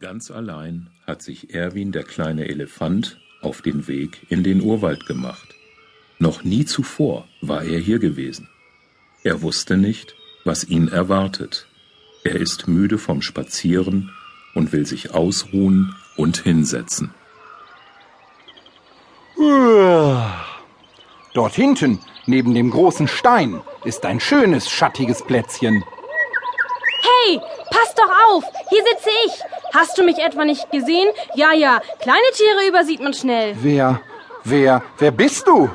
Ganz allein hat sich Erwin der kleine Elefant auf den Weg in den Urwald gemacht. Noch nie zuvor war er hier gewesen. Er wusste nicht, was ihn erwartet. Er ist müde vom Spazieren und will sich ausruhen und hinsetzen. Dort hinten, neben dem großen Stein, ist ein schönes, schattiges Plätzchen. Hey, pass doch auf! Hier sitze ich! Hast du mich etwa nicht gesehen? Ja, ja, kleine Tiere übersieht man schnell. Wer, wer, wer bist du?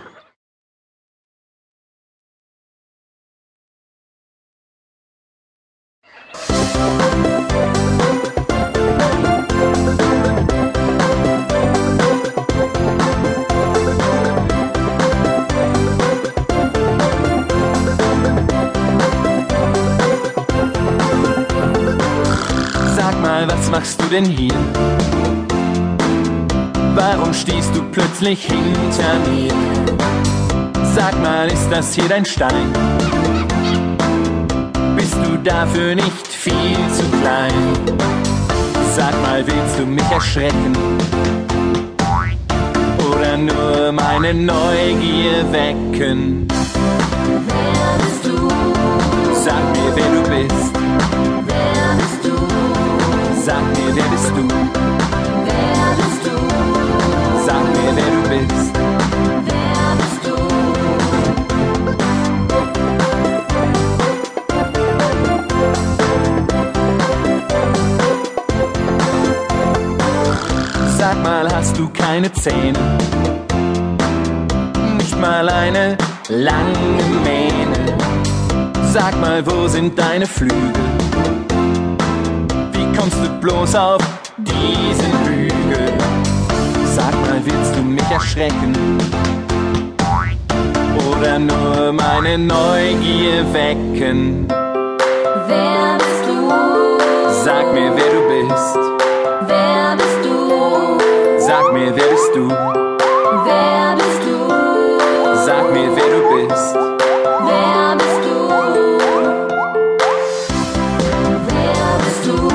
Sag mal, was machst du denn hier? Warum stehst du plötzlich hinter mir? Sag mal, ist das hier dein Stein? Bist du dafür nicht viel zu klein? Sag mal, willst du mich erschrecken? Oder nur meine Neugier wecken? Sag mir, wer du bist. Sag mir, wer bist du? Sag mir, wer du bist. Sag mal, hast du keine Zähne? Nicht mal eine lange Mähne. Sag mal, wo sind deine Flügel? Wie kommst du bloß auf diesen Hügel? Sag mal, willst du mich erschrecken? Oder nur meine Neugier wecken? Wer bist du? Sag mir, wer du bist. Wer bist du? Sag mir, wer bist du? Wer bist du? Sag mir, wer du bist. Wer bist du? Wer bist du?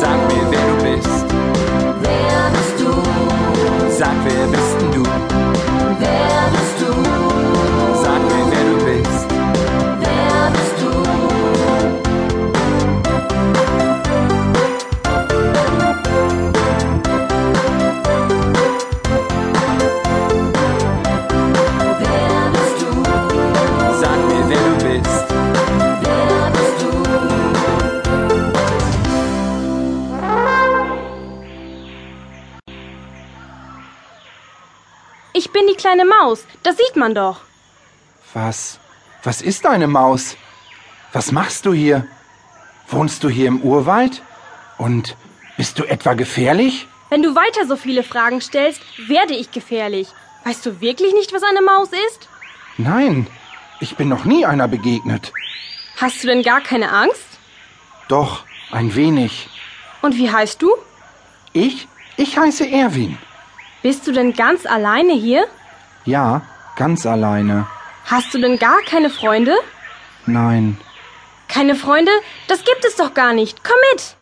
Sag mir, wer du bist. Wer bist du? Sag, wer bist denn du? Wer bist du? Sag mir, wer du bist. Wer bist du? Wer bist du? Sag mir, wer du bist. Wer bist du? Ich bin die kleine Maus, das sieht man doch. Was, was ist eine Maus? Was machst du hier? Wohnst du hier im Urwald? Und bist du etwa gefährlich? Wenn du weiter so viele Fragen stellst, werde ich gefährlich. Weißt du wirklich nicht, was eine Maus ist? Nein, ich bin noch nie einer begegnet. Hast du denn gar keine Angst? Doch, ein wenig. Und wie heißt du? Ich, ich heiße Erwin. Bist du denn ganz alleine hier? Ja, ganz alleine. Hast du denn gar keine Freunde? Nein, Keine Freunde? Das gibt es doch gar nicht. Komm mit!